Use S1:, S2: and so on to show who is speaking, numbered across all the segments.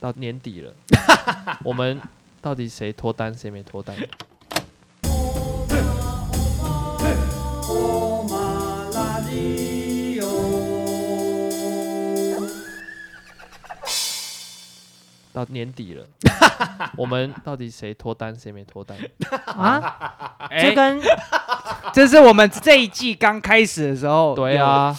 S1: 到年底了，我们到底谁脱单，谁没脱单？到年底了，我们到底谁脱单，谁没脱单？
S2: 啊，
S1: 哎
S2: 这跟
S3: 这是我们这一季刚开始的时候，
S1: 对啊，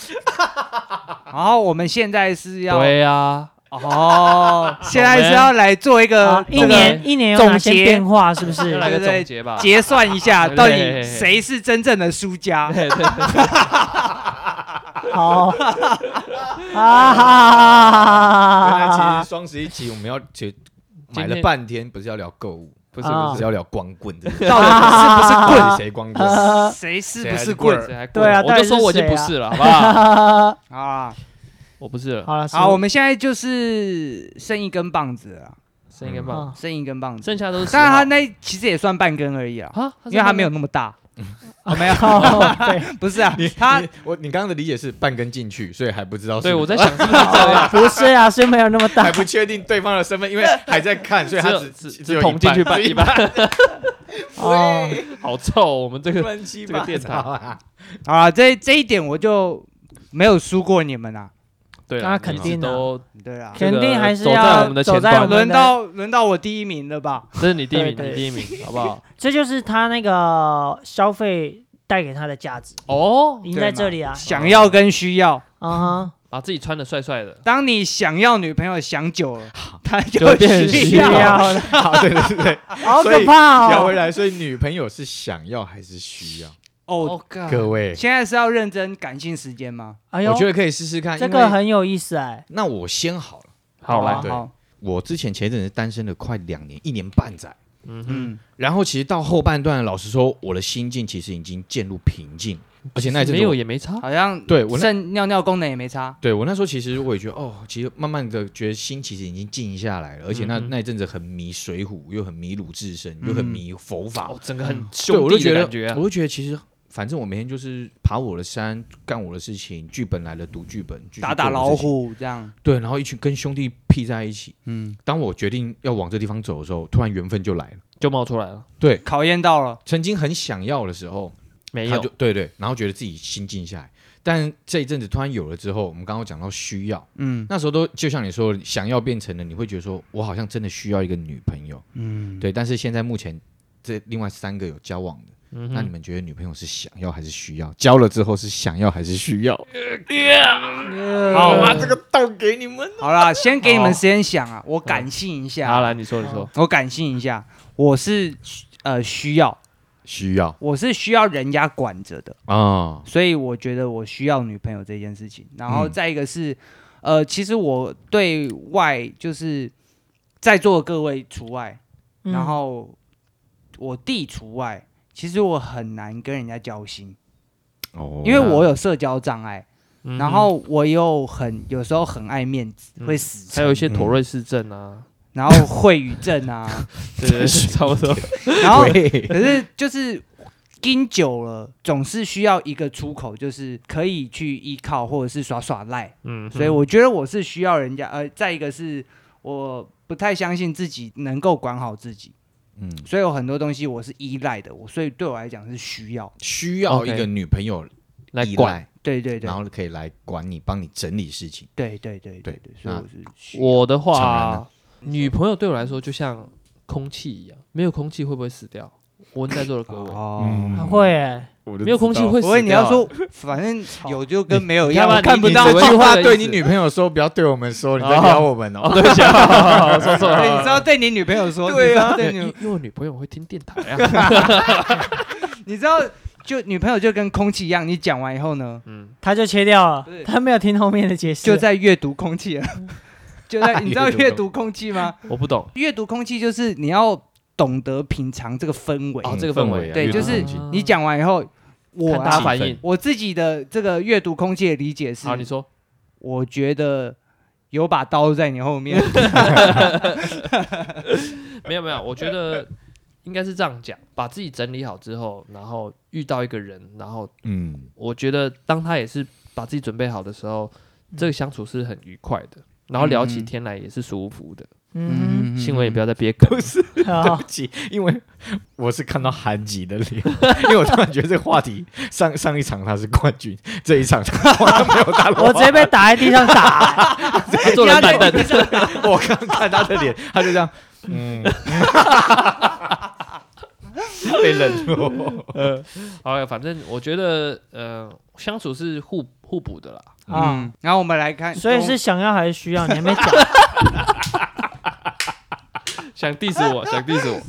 S3: 然后我们现在是要
S1: 对啊，
S3: 哦，现在是要来做一个
S2: 啊
S3: 这
S2: 一
S3: 个
S2: 年一年有哪些
S3: 总结
S2: 变化？是不
S1: 就是来？个
S3: 对对
S1: 总结吧。
S3: 结算一下，
S1: 对
S3: 到底谁是真正的输家？
S1: 对对对
S2: 好啊
S1: 啊
S4: 其，实双十一期我们要去买了
S1: 天
S4: 半天，不是要聊购物，
S1: 不是
S2: 啊
S1: 不
S4: 是
S1: 是，
S4: 要聊光棍的，
S3: 到
S1: 啊
S3: 底是不是
S4: 是谁光棍？
S2: 啊
S3: 谁是
S4: 谁
S3: 不
S4: 还是
S3: 是棍
S4: 棍
S1: 谁还
S2: 对啊
S1: 过我
S2: 到
S1: 就
S2: 底是
S1: 说我已经不
S2: 谁啊
S1: 是了，好不好？
S3: 啊？
S1: 我不是了，
S2: 好了，
S3: 好，我
S2: 们
S3: 们现在就是剩一根棒子了，
S1: 剩一根棒，
S2: 啊
S3: 剩一根棒子。
S1: 剩下都是10
S3: 嗯当然，
S1: 号
S3: 它那其实也算半根而已啊，
S1: 啊，
S3: 因为它
S1: 他
S3: 没有那么大。哦没有，
S2: 对
S3: 不是啊，它
S4: 你我你刚刚的理解是半根进去，所以还不知道哦是。
S1: 对我在想是不是这
S2: 好
S1: 样，
S2: 不是啊，是没有那么大
S4: 还。不确定对方的身份，因为还在看，所以他
S1: 只有
S4: 只
S1: 只
S4: 有
S1: 只捅进去半一
S4: 一
S1: 半，
S2: 哦，
S1: 好臭，我们这 个
S4: 乱七
S1: 这个
S4: 八
S1: 电台
S4: 糟啊！
S3: 啊，这这一点我就没有输过你们啊。
S1: 对啦，
S2: 那肯定啊
S1: 你一直都
S3: 对啊，
S1: 这个
S2: 肯定还是
S1: 走在我
S2: 要
S1: 们的
S2: 走
S1: 前
S2: 在
S1: 端
S2: 我们
S3: 轮
S2: 的
S3: 到轮到我第一名了吧？
S1: 这是你第一名，
S2: 对对
S1: 你第一 名，好不好？
S2: 这就是他那个消费带给他的价值，
S1: 哦，
S2: 赢在这里啊！
S3: 想要跟需要，
S2: 啊
S1: 把自己穿的帅帅的，
S3: 当你想要女朋友想久了，她
S1: 就变成
S3: 需
S1: 需
S2: 哈，
S1: 要
S3: 要。哦
S2: 要了，
S4: 好啊对对对，
S2: 好
S4: 所以
S2: 可怕
S4: 聊
S2: 哦！
S4: 回来，所以女朋友是想要还是需要？
S3: 哦，
S1: 干
S4: 各位，
S3: 现在是要认真感性时间吗？
S2: 哎呦
S4: 我，觉得可以试试看，
S2: 这
S4: 因
S2: 个
S4: 为
S2: 很有意思哎，
S4: 那我先 好了。
S1: 好
S2: 好
S1: 来
S2: 啊，
S4: 对
S3: 好，
S4: 我之前前一阵子单身了快两年，一年半载。
S1: 嗯哼，
S3: 嗯，
S4: 然后其实到后半段，老实说，我的心境其实已经渐入平静，而且那一阵
S1: 没
S4: 子我
S1: 有也没差，
S4: 啊
S3: 好像
S4: 对我那
S3: 肾尿尿功能也没差。
S4: 对我那时候其实我也觉得哦，其实慢慢的觉得心其实已经静下来了，而且那、
S1: 嗯哼
S4: 那一阵子很迷水浒，又很迷鲁智深，又很迷佛法，
S1: 嗯哦，整个很
S4: 嗯对
S1: 兄
S4: 我就
S1: 弟
S4: 觉
S1: 的
S4: 得
S1: 感觉啊
S4: 我，就觉得其实反正我每天就是爬我的山，干我的事情，剧本来了读剧本，继续
S3: 打打
S4: 做我的
S3: 老
S4: 事情，
S3: 虎这样，
S4: 对，然后一群跟兄弟屁在一起。
S3: 嗯，
S4: 当我决定要往这地方走的时候，突然缘分就来了。
S1: 就冒出来了，
S4: 对，
S3: 考验到了，
S4: 曾经很想要的时候，
S1: 没
S4: 他
S1: 有
S4: 就，对对，然后觉得自己心静下来。但这一阵子突然有了之后，我们刚刚讲到需要，
S3: 嗯
S4: 那时候都就像你说，想要变成了，你会觉得说我好像真的需要一个女朋友，
S3: 嗯，
S4: 对。但是现在目前这另外三个有交往的，
S1: 嗯
S4: 那你们觉得女朋友是想要还是需要？交了之后是想要还是需 要？
S3: 好
S4: 把这个倒给你们。
S3: 好啦，先给你们时间想啊，我感性一
S1: 好
S3: 下，
S1: 来，你说你说，
S3: 我感性一下，我是呃需要，
S4: 需要
S3: 我是需要人家管着的，
S4: 啊、哦，
S3: 所以我觉得我需要女朋友这件事情。然后
S4: 嗯
S3: 再一个是，呃，其实我对外就是在座的各位除外，
S2: 嗯
S3: 然后我弟除外，其实我很难跟人家交心，
S4: 哦
S3: 因为我有社交障碍，
S1: 哦嗯哼
S3: 然后我又很有时候很爱面子，
S1: 嗯
S3: 会死
S1: 还
S3: 撑，
S1: 有一些妥瑞氏症 啊，
S3: 然后会语症 啊，
S1: 对对对，差不 多，
S3: 然后
S4: 对
S3: 可是就是盯久了，总是需要一个出口，就是可以去依靠或者是耍耍赖。
S1: 嗯，
S3: 所以我觉得我是需要人家，呃，再一个是我不太相信自己能够管好自己，
S4: 嗯，
S3: 所以有很多东西我是依赖的，我所以对我来讲是需要。
S4: 需要
S1: OK
S4: 一个女朋友
S1: 来
S4: 依
S1: 管
S4: 赖，
S3: 对对对
S4: 然，后可以来管你，帮你整理事情。
S3: 对对对对
S4: 对
S3: 对，所以
S4: 那
S3: 我是需要
S1: 我的
S4: 常人
S1: 话
S4: 啊，
S1: 女朋友对我来说就像空气一样，没有空气会不会死掉？我问在 座的各位，
S3: 哦。
S2: 会哎，
S1: 没有空气会死掉啊。
S3: 不会，你要说，反正有就跟没有一样，
S1: 你
S3: 我
S1: 看吧
S3: 看不
S1: 你
S3: 到。
S1: 你
S4: 这句话
S1: 我也是
S4: 对你女朋友说，不要对我们说，你在
S1: 哦
S4: 撩我们哦。
S1: 哦，对 不起，啊说错
S3: 对，你
S1: 了。
S3: 知道对你女朋友说，
S4: 对啊
S3: 你知道 对
S1: 因
S3: 你
S1: 因为我女朋友会听电台啊，
S3: 你知道，就女朋友就跟空气一样，你讲完以后呢，
S1: 嗯，
S2: 他就切掉了
S3: 不是，
S2: 他没有听后面的解释，
S3: 就在阅读空气了， 就在你知道阅读空气吗？
S1: 我不懂
S3: 阅读空气就是你要懂得品尝这个氛围。
S1: 哦，这个氛
S4: 氛围
S1: 围，
S4: 啊
S3: 对
S4: 阅读
S3: 就是
S4: 空气
S3: 你讲完以后，我
S1: 看大家
S3: 啊
S1: 反
S4: 气氛
S1: 应。
S3: 我自己的这个阅读空气的理解是
S1: 好，，你说，
S3: 我觉得有把刀在你后面。
S1: 没有没有，我觉得应该是这样讲，把自己整理好之后，然后遇到一个人，然后
S4: 嗯，
S1: 我觉得当他也是把自己准备好的时候，这个相处是很愉快的，然后聊起
S3: 嗯
S1: 天来也是舒服的。
S2: 嗯，
S1: 新闻也不要再憋梗了。
S2: 好
S4: 不起，因为我是看到韩吉的脸， 因为我突然觉得这个话题上上一场他是冠军，这一场他好像没有打
S2: 我直接被打在地上打，
S1: 他坐冷板凳，
S4: 我刚看他的脸，他就这样，嗯， 被冷落。
S1: 好了，反正我觉得呃相处是互互补的啦。
S2: 啊
S3: 嗯，然后我们来看，
S2: 所以是想要还是需要？你还没讲，
S1: 想 diss 我，想 diss 我，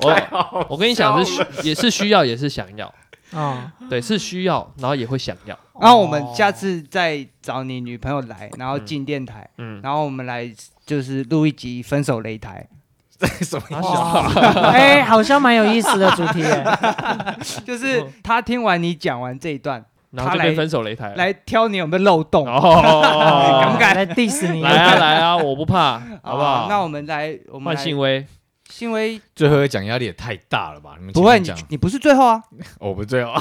S1: 我我跟你讲是需也是需要，也是想要，
S2: 哦，
S1: 对，是需要，然后也会想要，
S3: 然后我们下次再找你女朋友来，然后进电台，
S1: 哦嗯，
S3: 然后我们来就是录一集分手 擂台，
S4: 什么意思？
S2: 哦 哎，好像蛮有意思的主题耶，
S3: 就是他听完你讲完这一段，
S1: 然后就
S3: 他来
S1: 被分手擂台了。
S3: 来挑你有没有漏洞，
S1: 哎哦，
S3: 敢不敢
S2: 来 diss 你？
S1: 来啊来啊，我不怕，好不好？
S3: 啊那我们来，我们
S1: 换
S3: 来
S1: 信威，
S3: 信威
S4: 最后一讲压力也太大了吧？你们
S3: 不会，
S4: 前面
S3: 你
S4: 讲，
S3: 你不是最后啊，
S4: 我不哦最后。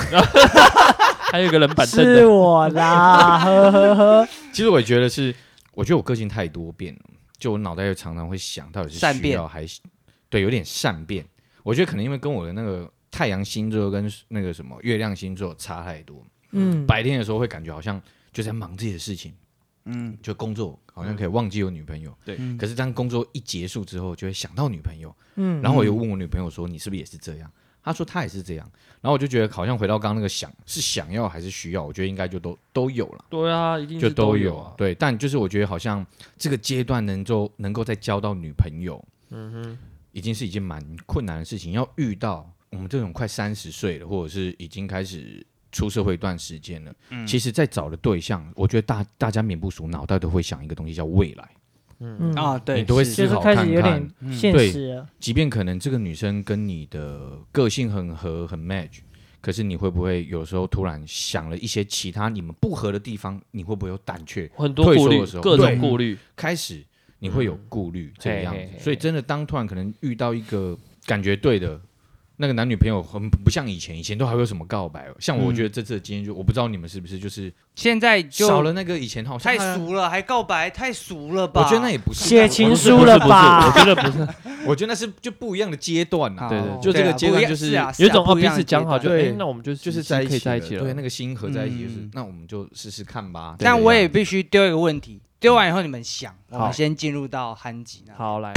S1: 还有一个人板凳
S2: 是
S1: 的，
S2: 我啦，呵呵呵，
S4: 其实我也觉得是，我觉得我个性太多变了，就我脑袋又常常会想到底是
S3: 善
S4: 需
S3: 变
S4: 要还是对，有点善变。我觉得可能因为跟我的那个太阳星座跟那个什么月亮星座差太多，
S2: 嗯，
S4: 白天的时候会感觉好像就在忙自己的事情，
S3: 嗯，
S4: 就工作好像可以忘记有女朋友。
S1: 对
S4: 可是当工作一结束之后，就会想到女朋友。
S2: 嗯，
S4: 然后我又问我女朋友说：“你是不是也是这样？”她说她也是这样。然后我就觉得好像回到刚刚那个想是想要还是需要，我觉得应该就都都有了。
S1: 对啊，一定
S4: 就是都
S1: 有
S4: 有
S1: 啊。
S4: 对，但就是我觉得好像这个阶段能够能够再交到女朋友，嗯哼，已经是一件蛮困难的事情。要遇到我们这种快三十岁了，或者是已经开始出社会一段时间了，其实在找的对象，我觉得大大家免不熟脑袋都会想一个东西叫未来，
S2: 嗯
S3: 啊，对，
S4: 你都会
S3: 是
S2: 就是
S4: 思考
S2: 开始
S4: 看
S2: 有
S4: 看
S2: 点现
S4: 对
S2: 实了，
S4: 即便可能这个女生跟你的个性很合很 match。可是你会不会有时候突然想了一些其他你们不合的地方？你会不会有胆怯？
S1: 很多顾
S4: 退缩
S1: 虑
S4: 的时，候
S1: 各
S4: 对
S1: 种顾虑，
S4: 开始你会有顾虑这个样
S1: 嘿嘿
S4: 子，
S1: 嘿
S4: 所以真的当突然可能遇到一个感觉对的那个男女朋友，很不像以前，以前都还会有什么告白哦。像我
S3: 嗯
S4: 觉得这次的经验就，我不知道你们是不是就是
S3: 现在
S4: 少
S3: 就
S4: 了那个以前好像
S3: 太，熟了，还告白，太熟了吧？
S4: 我觉得
S2: 哦
S4: 那也不是
S2: 写情输了
S1: 我
S2: 吧？
S1: 觉得不是，
S4: 我觉得那 是啊就不一样的阶段呐、
S3: 啊
S1: 对对对
S4: 就这个阶
S3: 不一
S4: 段
S3: 样
S4: 就是
S3: 是啊，
S1: 有一种
S3: 啊
S1: 哦
S3: 不一
S1: 彼
S3: 样的
S1: 此讲好
S3: 阶
S1: 就
S3: 段
S4: 对
S1: 哎，那我们就
S4: 就是
S1: 在
S4: 在一
S1: 可以
S4: 起
S1: 在一
S4: 了
S1: 起
S4: 对，
S1: 了
S4: 那。个心合在一起，就是、
S3: 嗯
S4: 那我们就试试看吧。这
S3: 但
S4: 个
S3: 我也
S4: 样子
S3: 必须丢一个问题，丢完以后你们想，我
S1: 好
S3: 们先进入到憨吉那。
S1: 好，来，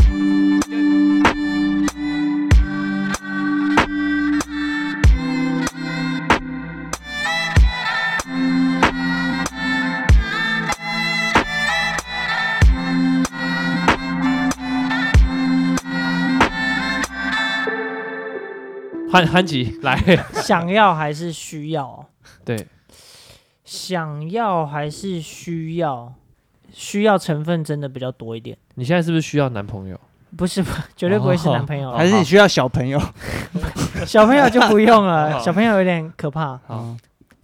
S1: 憨憨吉来，
S2: 想要还是需要哦？
S1: 对，
S2: 想要还是需要？需要成分真的比较多一点，
S1: 你现在是不是需要男朋友？
S2: 不是， 绝对不会是
S1: 哦
S2: 男朋友了。
S3: 还是你需要小朋友？
S2: 小朋友就不用了，
S1: 好
S2: 小朋友有点可怕。
S1: 好，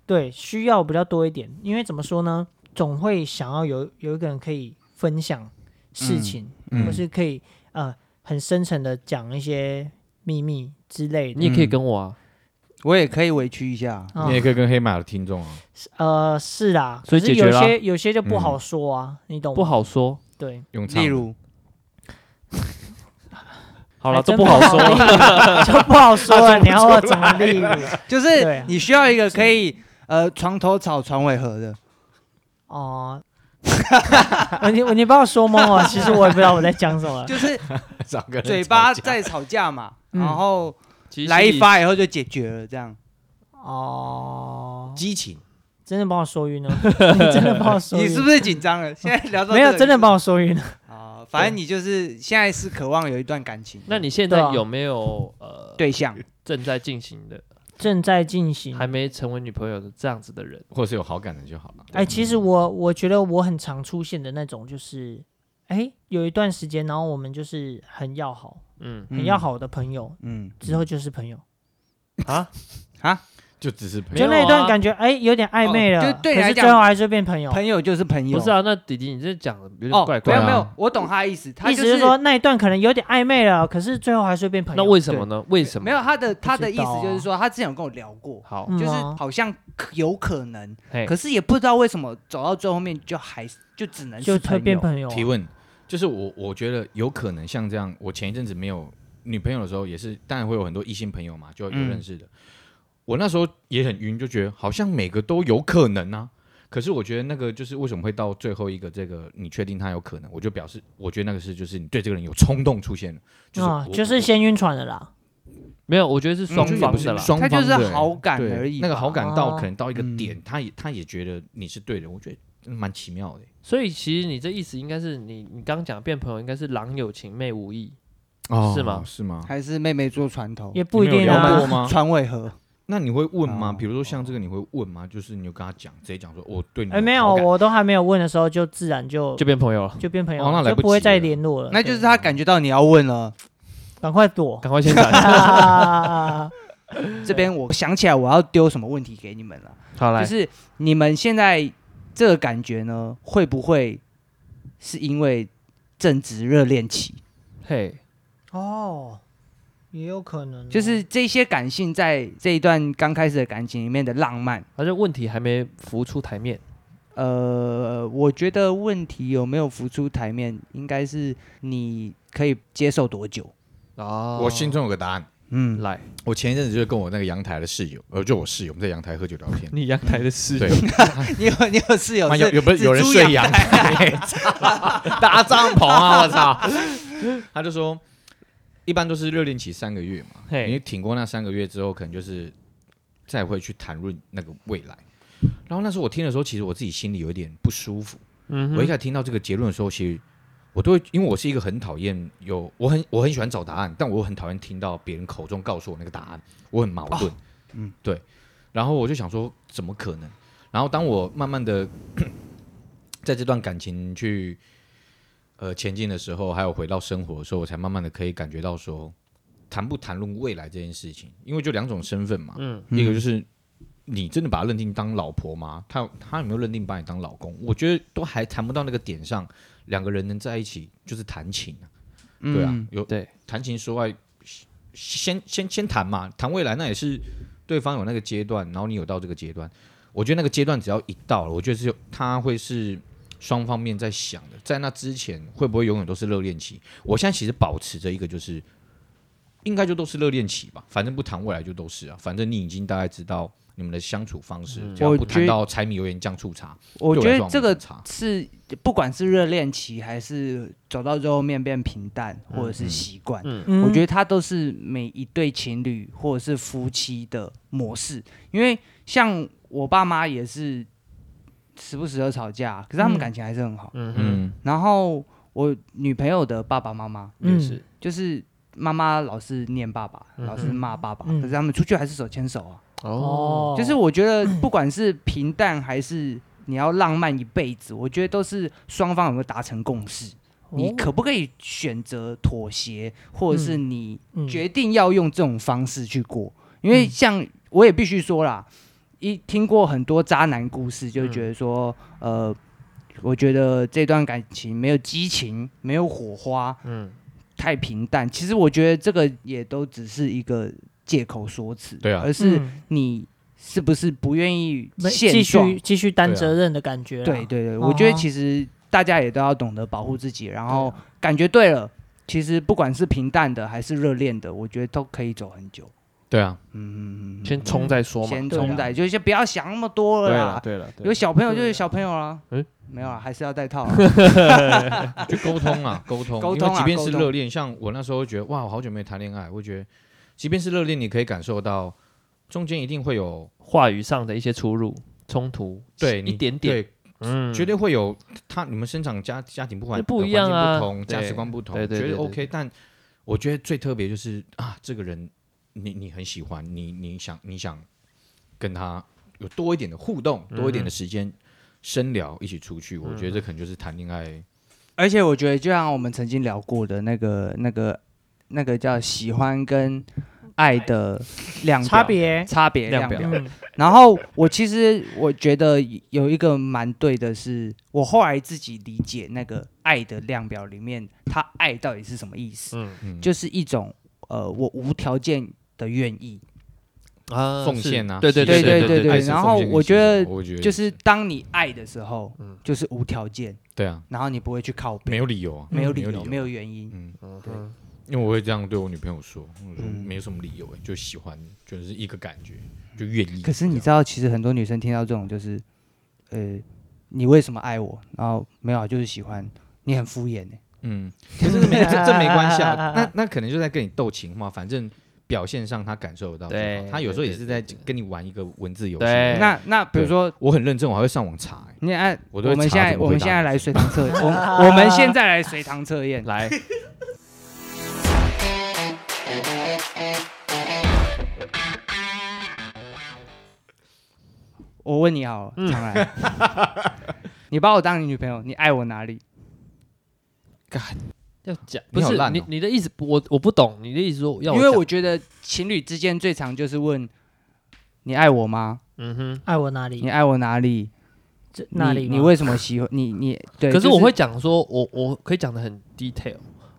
S2: 对，需要比较多一点，因为怎么说呢，总会想要有有一个人可以分享事情，
S4: 嗯
S2: 或是可以呃很深层的讲一些秘密之类的。
S1: 你也可以跟我啊，
S3: 我也可以委屈一下。
S2: 啊
S4: 你也可以跟黑马的听众啊，
S2: 呃，是啦，
S1: 嗯所以
S2: 可是
S1: 解决
S2: 有
S1: 啦嗯
S2: 些有些就不好说啊，你懂吗
S1: 不？好说。
S2: 对，
S4: 用唱
S3: 例如，
S1: 好了，
S2: 还
S1: 都
S2: 真
S1: 不好
S2: 好
S1: 说。
S2: 说，就不好说啊了。你要我怎么例如？对
S3: 就是
S2: 啊
S3: 你需要一个可以呃床头吵床尾和 的。
S2: 哦。 你你把我说懵了，其实我也不知道我在讲什么。
S3: 就是
S4: 找个人
S3: 嘴巴
S4: 吵架
S3: 在吵架嘛，
S2: 嗯
S3: 然后
S1: 其实
S3: 来
S1: 你
S3: 一发以后就解决了，这样。
S2: 哦，
S4: 激情，
S2: 真的把我说晕了，你真的把我说
S3: 你
S2: 晕
S3: 是
S2: 了，
S3: 不是紧张了？现在聊到
S2: 没有真的把
S3: 帮
S2: 我说晕了。
S3: 啊，反正你就是现在是渴望有一段感情的
S1: 那你现
S2: 对啊
S1: 在有没有呃
S3: 对象
S1: 正在进行的
S2: 正在进行。
S1: 还没成为女朋友的这样子的人？
S4: 或是有好感的就好了。
S2: 哎，其实我我觉得我很常出现的那种，就是哎有一段时间，然后我们就是很要好、
S1: 嗯
S2: 很要，好的朋友，
S3: 嗯
S2: 之后就是朋友，
S1: 啊，
S3: 啊，
S4: 就只是朋
S1: 没
S4: 友
S1: 有
S2: 就
S1: 啊
S2: 那一段感觉哎有点暧昧了，
S3: 哦就对你
S2: 可
S3: 来
S2: 是
S3: 讲
S2: 最后还是变朋友。
S3: 朋友就是朋友，
S1: 不是啊，那弟弟你这讲的有点
S3: 哦，
S1: 怪
S3: 没
S1: 怪
S3: 有
S1: 啊。
S3: 没
S4: 啊
S3: 有，我懂他的意思，他
S2: 意
S3: 就
S2: 思是
S3: 是
S2: 说那一段可能有点暧昧了，可是最后还是会变朋友。
S1: 那为什么呢？为什么？
S3: 没有他的他的意
S2: 不知道
S3: 思
S2: 啊
S3: 就是说，他之前有跟我聊过，
S1: 好，
S2: 嗯
S3: 就是
S2: 啊
S3: 好像可有可能，
S1: 嘿
S3: 可是也不知道为什么走到最后面就还是就只能
S2: 就是会
S3: 朋
S2: 变
S3: 友。
S2: 朋友啊？
S4: 提问，就是我我觉得有可能像这样，我前一阵子没有女朋友的时候，也是当然会有很多异性朋友嘛，就有
S3: 嗯
S4: 认识的。我那时候也很晕，就觉得好像每个都有可能啊。可是我觉得那个就是为什么会到最后一个这个，你确定他有可能，我就表示我觉得那个是就是你对这个人有冲动出现了，就是我、
S2: 啊，就是先晕船的啦。
S1: 没有，我觉得是双
S4: 我觉得嗯也不
S1: 方
S4: 是
S1: 的啦。
S4: 双
S3: 他
S4: 方
S3: 就是
S4: 的
S3: 好感
S4: 对
S3: 而已吧。
S4: 那个好感到
S2: 哦
S4: 可能到一个
S3: 嗯
S4: 点，他也他也觉得你是对的，我觉得真的蛮奇妙的。
S1: 所以其实你这意思应该是你你刚讲变朋友应该是郎有情妹无意，
S4: 哦
S1: 是吗
S4: 是吗？
S3: 还是妹妹做船头，
S2: 也不一定
S4: 你们有聊过
S2: 啊。
S4: 吗？
S3: 船尾和，
S4: 那你会问吗？
S3: 哦
S4: 比如说像这个，你会问吗？就是你有跟他讲，直接讲说，我对你
S2: 哎，没有，
S4: 好感
S2: 我都还没有问的时候，就自然就
S1: 就变朋友了。
S2: 就变朋友
S4: 哦那
S2: 了，
S4: 来
S2: 就
S4: 不
S2: 不会
S4: 及
S2: 再
S4: 了
S2: 联络了。
S3: 那就是他感觉到你要问了。
S2: 赶 快躲。
S1: 赶快先 斩。
S3: 这边我想起来我要丢什么问题给你们了，
S1: 好来
S3: 就，是你们现在这个感觉呢，会不会是因为正值热恋期？
S1: 嘿，
S2: 哦，也有可能哦，
S3: 就是这些感性在这一段刚开始的感情里面的浪漫，
S1: 而且问题还没浮出台面。
S3: 呃，我觉得问题有没有浮出台面，应该是你可以接受多久。
S1: 哦，
S4: 我心中有个答案。
S3: 嗯，
S1: 来，。
S4: 我前一阵子就跟我那个阳台的室友，呃，就我室友，我们在阳台喝酒聊天
S1: 你阳台的事
S4: 对，
S3: 你有你有室友
S4: 妈
S3: 是
S4: 有有不是
S3: 是
S4: 有人
S3: 猪
S4: 睡
S3: 阳
S4: 阳台，搭帐篷啊！我操！他就说，一般都是热恋期三个月嘛，
S1: 嘿
S4: 你挺过那三个月之后，可能就是再会去谈论那个未来。然后那时候我听的时候，其实我自己心里有一点不舒服。
S1: 嗯
S4: 我
S1: 哼，
S4: 一开始听到这个结论的时候，其实我都会，因为我是一个很讨厌有我很我很喜欢找答案，但我又很讨厌听到别人口中告诉我那个答案，我很矛盾。
S3: 嗯，
S4: 对。然后我就想说，怎么可能？然后当我慢慢的 在这段感情去呃前进的时候，还有回到生活的时候，我才慢慢的可以感觉到说，谈不谈论未来这件事情，因为就两种身份嘛，
S1: 嗯，
S4: 一个就是你真的把她认定当老婆吗？她她有没有认定把你当老公？我觉得都还谈不到那个点上，两个人能在一起就是谈情啊，对啊
S3: 嗯，
S4: 有
S1: 对
S4: 谈情说爱，先先先谈嘛，谈未来那也是对方有那个阶段，然后你有到这个阶段，我觉得那个阶段只要一到了，我觉得是有他会是。双方面在想的，在那之前会不会永远都是热恋期？我现在其实保持着一个就是，应该就都是热恋期吧，反正不谈未来就都是啊，反正你已经大概知道你们的相处方式，只要
S3: 我
S4: 不
S3: 觉
S4: 谈到柴米油盐酱醋茶，
S3: 我
S4: 对
S3: 觉
S4: 来说
S3: 得
S4: 没
S3: 这个
S4: 什么差
S3: 是不管是热恋期还是走到最后面变平淡，或者是习惯，
S2: 嗯，
S3: 我觉得它都是每一对情侣或者是夫妻的模式。因为像我爸妈也是时不时的吵架，可是他们
S2: 嗯
S3: 感情还是很好。
S1: 嗯哼，
S4: 嗯，
S3: 然后我女朋友的爸爸妈妈
S1: 也
S2: 嗯
S1: 是，
S3: 就是。妈妈老是念爸爸，老是骂爸爸，
S2: 嗯
S3: 可是他们出去还是手牵手啊。
S1: 哦，
S2: 哦，
S3: 就是我觉 得不管是平淡还是你要浪漫一辈子，我觉得都是双方有没有达成共识。你
S2: 哦
S3: 可不可以选择妥协，或者是你
S2: 嗯
S3: 决定要用这种方式去过？因为像我也必须说啦，一听过很多渣男故事，就觉得说，呃，我觉得这段感情没有激情，没有火花，
S1: 嗯，
S3: 太平淡。其实我觉得这个也都只是一个借口说辞，
S4: 对啊
S3: 而是
S2: 嗯
S3: 你是不是不愿意
S2: 没
S3: 现
S2: 继
S3: 状
S2: 续？继续担
S4: 对啊
S2: 责任的感觉啦。
S3: 对对对，
S2: 哦
S3: 我觉得其实大家也都要懂得保护自己，然
S2: 啊
S3: 后感觉对了，其实不管是平淡的还是热恋的，我觉得都可以走很久。
S4: 对啊，
S3: 嗯，嗯嗯嗯
S1: 先冲再说嘛。
S3: 先
S2: 对啊
S3: 冲在，就先不要想那么多了啦。
S1: 对了，对
S3: 有
S1: 了
S3: 小朋友就是小朋友啦
S1: 嗯，
S3: 没有啊，还是要戴套啊。
S4: 就沟 通啊，沟通，
S3: 沟
S4: 因
S3: 通
S4: 为
S3: 啊
S4: 即便
S3: 沟
S4: 是
S3: 通
S4: 热恋，像我那时候会觉得哇，我好久没谈恋爱，我会觉得即便是热恋，你可以感受到中间一定会有
S1: 话语上的一些出入冲突，
S4: 对
S1: 一
S4: 你
S1: 点点，
S4: 对
S1: 嗯，
S4: 绝对会有他你们生长家家庭不管
S1: 那不一样啊
S4: 环境不同，
S1: 对
S4: 价值观不同，
S1: 对对对
S4: 觉得
S1: 对
S4: OK。但我觉得最特别就是啊，这个人你你很喜欢，你你想你想跟他有多一点的互动，多一点的
S1: 嗯
S4: 时间深聊，一起出去。我觉得这可能就是谈恋爱。
S3: 而且我觉得，就像我们曾经聊过的那个、那个、那个叫喜欢跟爱的量表
S2: 差别。
S3: 差别
S1: 量
S3: 量
S1: 表
S3: 表。
S2: 嗯，
S3: 然后我其实我觉得有一个蛮对的是，我后来自己理解那个爱的量表里面，他爱到底是什么意思？
S1: 嗯
S4: 嗯
S3: 就是一种呃，我无条件的愿意。
S1: 啊
S4: 奉献啊，
S1: 是对对
S4: 牺牲
S1: 对对对
S4: 爱
S1: 对
S4: 是
S3: 然
S4: 奉
S3: 后
S4: 献跟
S3: 我
S4: 牺
S3: 觉
S4: 牲
S3: 得
S4: 我觉得
S3: 就是当你爱的时候，
S1: 嗯
S3: 就是无条件，
S4: 对啊，
S3: 然后你不会去靠
S4: 没
S3: 背，
S4: 有理由啊，
S3: 没有理
S4: 没有
S3: 由，
S4: 理由
S3: 没有原因。
S4: 嗯，
S1: 嗯
S3: 对
S1: 哼
S4: 因为我会这样对我女朋友说，我说
S3: 嗯
S4: 没有什么理由欸，就喜欢你，就是一个感觉，就愿意。
S3: 可是你知道，其实很多女生听到这种就是，呃，你为什么爱我？然后没有啊，就是喜欢你，很敷衍呢。欸
S4: 嗯，可 是这没这这没关系 啊，那那可能就在跟你斗情话，反正表现上他感受得到就好，
S1: 对
S4: 他有时候也是在
S1: 对对对
S4: 跟你玩一个文字游戏。
S1: 对
S3: 那那比如说，
S4: 我很认真，我还会上网查、欸，
S3: 你按
S4: 我
S3: 我
S4: 都会
S3: 们
S4: 查
S3: 现在
S4: 怎么
S3: 我们
S4: 回答
S3: 现在来随堂测 验，我我们现在来随堂测验。
S1: 来，
S3: 我问你好
S1: 嗯
S3: 了，常来， 你把我当你女朋友，你爱我哪里？
S1: 要讲不
S4: 你好
S1: 是
S4: 烂哦
S1: 你你的意思，我我不懂你的意思说要
S3: 因为
S1: 讲
S3: 我觉得情侣之间最常就是问你爱我吗？
S1: 嗯哼，
S2: 爱我哪
S3: 你
S2: 里？
S3: 爱我哪里？
S2: 这哪里
S3: 你
S2: 吗？
S3: 你为什么喜欢你？你对，
S1: 可是
S3: 就
S1: 我会讲说，我我可以讲的很 detail，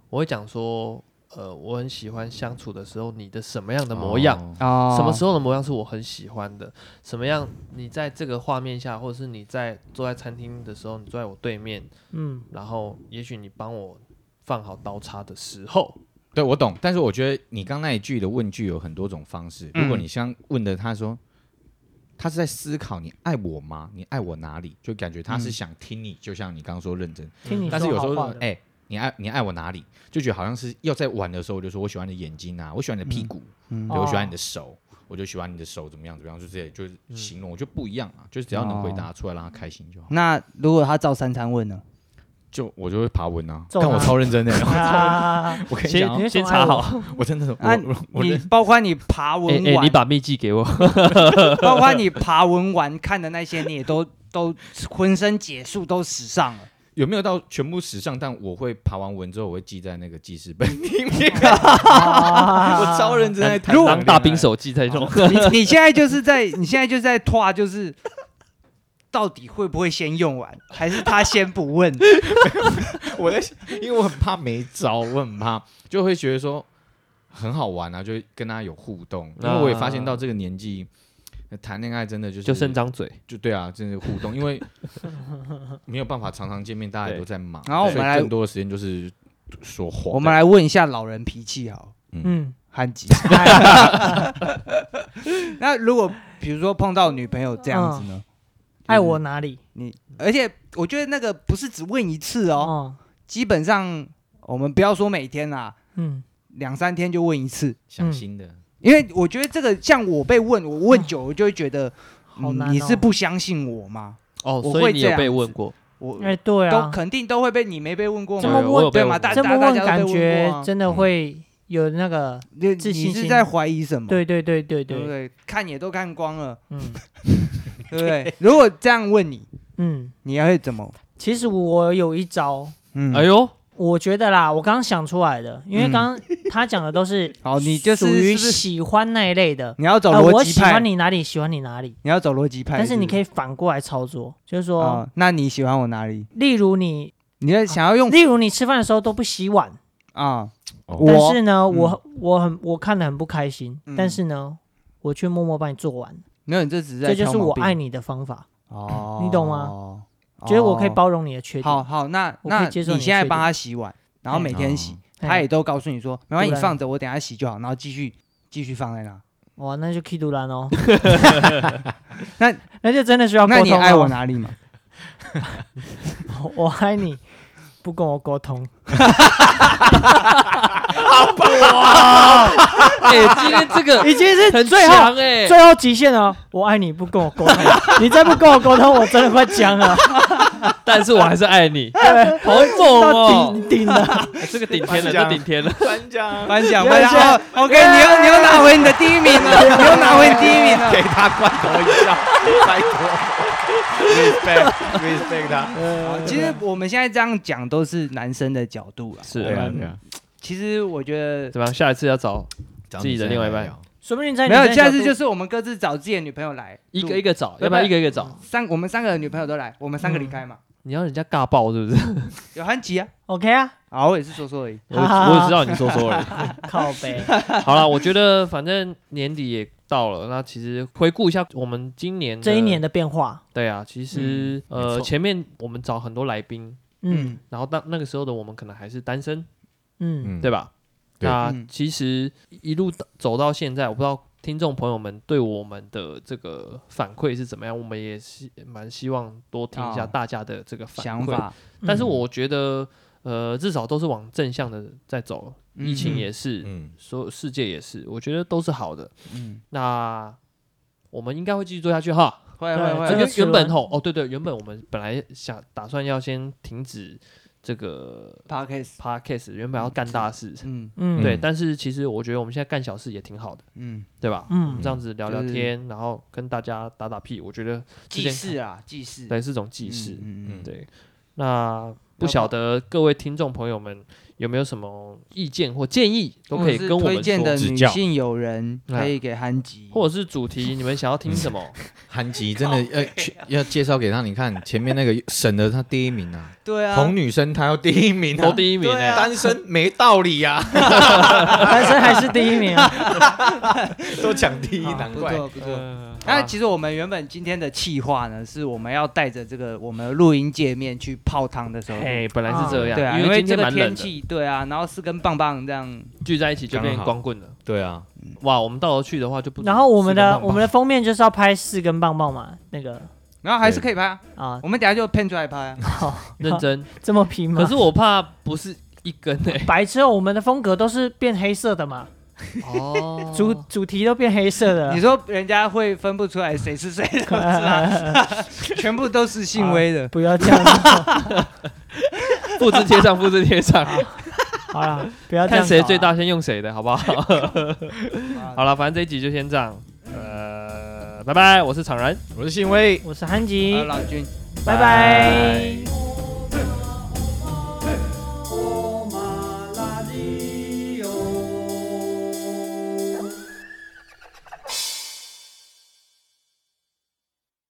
S1: 我会讲说，呃，我很喜欢相处的时候你的什么样的模样。
S4: 哦
S3: 哦，
S1: 什么时候的模样是我很喜欢的？什么样？你在这个画面下，或者是你在坐在餐厅的时候，你坐在我对面，
S2: 嗯，
S1: 然后也许你帮我放好刀叉的时候，
S4: 对我懂，但是我觉得你刚那一句的问句有很多种方式。如果
S3: 嗯
S4: 你像问的他说，他是在思考你爱我吗？你爱我哪里？就感觉他是想听你，就像你刚刚说认真，
S2: 听嗯你
S4: 但是
S2: 说
S4: 有时
S2: 好
S4: 候
S2: 话
S4: 说
S2: 的
S4: 哎、你爱你爱我哪里？就觉得好像是要在玩的时候，我就说我喜欢你的眼睛啊，我喜欢你的屁股，
S3: 嗯
S4: 对我喜欢 你
S2: 哦
S4: 的手，我就喜欢你的手怎么样怎么样，就这些就是形容，我就不一样啊，就是只要能回答出来让他开心就好。
S3: 那如果他照三餐问呢？
S4: 就我就会爬文啊，
S2: 揍
S4: 但我
S2: 他
S4: 超认真的，
S2: 啊
S4: 我跟你
S1: 先
S4: 讲
S2: 你为
S4: 啊，
S2: 什
S1: 先
S2: 么
S1: 查
S2: 爱我
S1: 好。
S4: 我真的我
S3: 啊
S4: 我我
S3: 你
S4: 认
S3: 包括你爬
S1: 哎
S3: 文
S1: 哎，
S3: 玩
S1: 你，把秘籍给 我。
S3: 包括你爬文玩看的那些，你也都都浑身解数都使上了。
S4: 有没有到全部时尚？但我会爬完文之后，我会记在那个记事本里面。我超认真在谈
S1: 当
S4: 这场
S1: 当大
S4: 恋
S1: 兵
S4: 爱，
S1: 手记在弄。
S3: 你你现在就是在你现在就是在拖，啊就是到底会不会先用完，还是他先不问？
S4: 我在想，因为我很怕没招，我很怕就会觉得说很好玩啊，就会跟他有互动。因为我也发现到这个年纪。谈恋爱真的就是
S1: 就伸张嘴，
S4: 就对啊，真的互动，因为没有办法常常见面，大家也都在忙，
S3: 然后我们
S4: 所以
S3: 来
S4: 更多的时间就是说谎。
S3: 我们来问一下老人脾气好，
S2: 嗯，
S3: 汉吉。 那如果比如说碰到女朋友这样子呢？
S2: 嗯爱我哪里？
S3: 你而且我觉得那个不是只问一次哦，
S2: 哦，
S3: 基本上我们不要说每天啦，
S2: 嗯，
S3: 两三天就问一次，
S4: 想新的，
S3: 因为我觉得这个像我被问，我问久我就会觉得，
S2: 好
S3: 嗯
S2: 难哦
S3: 你是不相信我吗？
S1: 哦，
S3: 我
S1: 所
S3: 会
S1: 以你
S3: 这
S1: 有
S3: 样
S1: 被问过，
S3: 我
S2: 哎，对
S3: 都
S2: 啊，
S3: 肯定都会被你没被问过
S2: 这
S3: 吗
S2: 么？
S1: 我有
S3: 对
S1: 被
S3: 嘛？
S1: 问
S3: 大
S1: 过
S2: 这
S3: 大
S2: 么
S3: 大
S2: 问
S3: 家
S2: 感
S3: 都被问
S2: 觉
S3: 过啊
S2: 真的会有那个，
S3: 你
S2: 自信
S3: 你是
S2: 心
S3: 在怀疑什么？
S2: 对对对对
S3: 对不
S2: 对，
S3: 对？看也都看光 了，
S2: 嗯
S3: 对不对？如果这样问你，
S2: 嗯，
S3: 你会怎么？
S2: 其实我有一招，
S3: 嗯，
S1: 哎呦，
S2: 我觉得啦，我刚刚想出来的，因为
S3: 嗯
S2: 刚刚他讲的都是
S3: 好，你就是
S2: 属于
S3: 是不是
S2: 喜欢那一类的，
S3: 你要走
S2: 啊，我
S3: 逻辑
S2: 喜
S3: 派，
S2: 欢你哪里，喜欢你哪里。
S3: 你要走逻辑派，
S2: 但是你可
S3: 以
S2: 以反过来操作，就是说，啊
S3: 哦，那你喜欢我哪里？
S2: 例如你，
S3: 你要想要用
S2: 例如你吃饭的时候都不洗碗，
S3: 啊，
S4: 哦
S2: 但
S3: 嗯我
S2: 是呢，我我很我看得很不开心，
S3: 嗯
S2: 但是呢，我却默默帮你做完，
S3: 没有，你这只是在
S2: 这就
S3: 挑
S2: 是
S3: 毛
S2: 我
S3: 病
S2: 爱你的方法。
S3: 哦，
S2: 你懂
S3: 吗？
S2: 觉得我可以包容你的缺点。
S3: 好好，那
S2: 我可以
S3: 那
S2: 接受你
S3: 你
S2: 的
S3: 现在
S2: 缺
S3: 帮
S2: 点
S3: 他洗碗，然后每天
S1: 哦
S3: 洗，
S2: 哎，
S3: 他也都告诉你说没关系，
S2: 对
S3: 你放着，我等下洗就好，然后继续继续放在那。
S2: 哇，那就 K 独 蓝哦。
S3: 那
S2: 那就真的需要沟
S3: 那
S2: 通。哦
S3: 你爱我？哪里嘛？
S2: 我爱你，不跟我 沟通。
S1: 哎，今天这 个
S2: 已经是
S1: 很
S2: 最后
S1: 强
S3: 欸
S1: 哎，
S2: 最后极限了。我爱你，不跟我沟 通。你再不跟我沟通，我真的快僵了。
S1: 但是我还是爱你， 好猛
S2: 到
S1: 哦，
S2: 顶顶了。
S1: 哎这个顶 天了，
S4: 这样
S1: 这顶天了，
S4: 颁奖
S3: 颁奖
S2: 有
S3: 颁
S2: 一些
S3: 奖哦，OK，你又你又拿回你的第一名 了，你又拿回你第一名了。
S4: 给他罐头一下，拜托，respect respect 他。
S3: 好哦其实我们现在这样讲都是男生的角度啦。
S1: 是
S4: 对啊，对
S3: 对
S4: 啊，
S3: 其实我觉得
S1: 怎么样？下一次要找自己的另外一半
S2: 说不定在
S3: 没有，下次就是是我们各自找自己的女朋友来，
S1: 一个
S3: 录
S1: 一个找，
S3: 对
S1: 要不然
S3: 对
S1: 一个一个找。
S3: 三，我们三个的女朋友都来，我们三
S1: 嗯
S3: 个离开嘛。
S1: 你要人家尬爆是不 是？
S3: 有韩吉啊，
S2: OK 啊。
S3: 啊，我也是说说而已。
S1: 我我只知道你说说而已。
S2: 靠背。
S1: 好了，我觉得反正年底也到了，那其实回顾一下我们今年的
S2: 这一年，的变化，
S1: 对啊，其实、
S4: 嗯没
S1: 呃
S4: 错
S1: 前面我们找很多来宾，
S2: 嗯
S1: 然后当那个时候的我们可能还是单身，
S2: 嗯
S4: 嗯，
S1: 对吧？
S4: 对
S1: 那
S3: 嗯
S1: 其实一路到走到现在，我不知道听众朋友们对我们的这个反馈是怎么样，我们也是蛮希望多听一下
S3: 哦
S1: 大家的这个反
S3: 想
S1: 馈。
S3: 法，
S4: 嗯
S1: 但是我觉得，呃，至少都是往正向的在走，疫情
S3: 嗯
S1: 也是，
S4: 嗯，
S1: 所有世界也是，我觉得都是好的。
S3: 嗯，
S1: 那我们应该会继续做下去哈。
S3: 会
S2: 对
S3: 会
S1: 啊
S2: 这
S3: 会
S2: 个
S1: 原
S2: 齿
S1: 原本
S2: 轮
S1: 吼，哦对对，原本我们本来想打算要先停止这个
S3: p o d c a s
S1: podcast，原本要干大事，
S3: 嗯
S2: 嗯
S1: 对。
S4: 嗯
S1: 但是其实我觉得我们现在干小事也挺好的，
S3: 嗯，
S1: 对吧？我
S2: 嗯
S1: 们这样子聊聊
S3: 就是
S1: 天，然后跟大家打打屁，我觉得这
S3: 记
S1: 件
S3: 事啊，记事，
S1: 对是种记
S3: 嗯，
S1: 事。
S3: 嗯嗯，
S1: 对，那不晓得各位听众朋友们有没有什么意见或建议，都可以跟我
S3: 推
S1: 们
S3: 荐的
S1: 说，
S4: 指
S3: 女
S4: 教
S3: 性友人可以给韩吉，
S1: 或者是主题你们想要听什 么？
S4: 韩吉真的要去要介绍给他，你看前面那个省了他第一名啊，
S3: 对啊，
S4: 红女生她要第一名
S1: 都
S4: 啊，
S1: 第一名
S3: 对啊
S1: 哎、
S4: 单身没道理啊呀，
S2: 男生还是第一名啊，
S4: 都抢第一，
S3: 啊
S4: 难
S3: 不
S4: 怪。
S3: 错不错，
S1: 嗯
S3: 那
S1: 好
S3: 其实我们原本今天的企划呢，是我们要带着这个我们的录音界面去泡汤的时候录，
S1: 哎，本来是这样，
S3: 对啊，因
S1: 为
S3: 为
S1: 今
S3: 这
S1: 天
S3: 个
S1: 蛮冷
S3: 天
S1: 的，
S3: 气，对啊，然后是跟棒棒这样，
S1: 聚在一起就变
S4: 刚好
S1: 光棍了。
S4: 对啊，
S1: 哇，我们到时候去的话就不止四个
S2: 然
S1: 棒棒。
S2: 后我们的我们的封面就是要拍四根棒棒嘛，那个
S3: 然后还是可以拍啊，
S2: 啊，
S3: 我们等一下就片出来拍 啊，
S1: 认真，
S2: 这么拼吗？
S1: 可是我怕不是一根哎、
S2: 白痴哦，我们的风格都是变黑色的嘛，
S1: 哦
S2: 主主题都变黑色的
S3: 你
S2: 了。
S3: 说人家会分不出来谁是谁的，是吧？全部都是信威的，
S2: 不要这样子，
S1: 复制贴上，复制贴上，
S2: 啊好了，不要这样
S1: 看谁
S2: 搞啊
S1: 最大先用谁的，好不好？ 好
S2: 啊
S3: 了，
S1: 了，反正这一集就先这样。呃，拜拜，我是常然。
S4: 我是信威。
S2: 我是韩吉
S3: 呃，老君。
S2: 拜拜。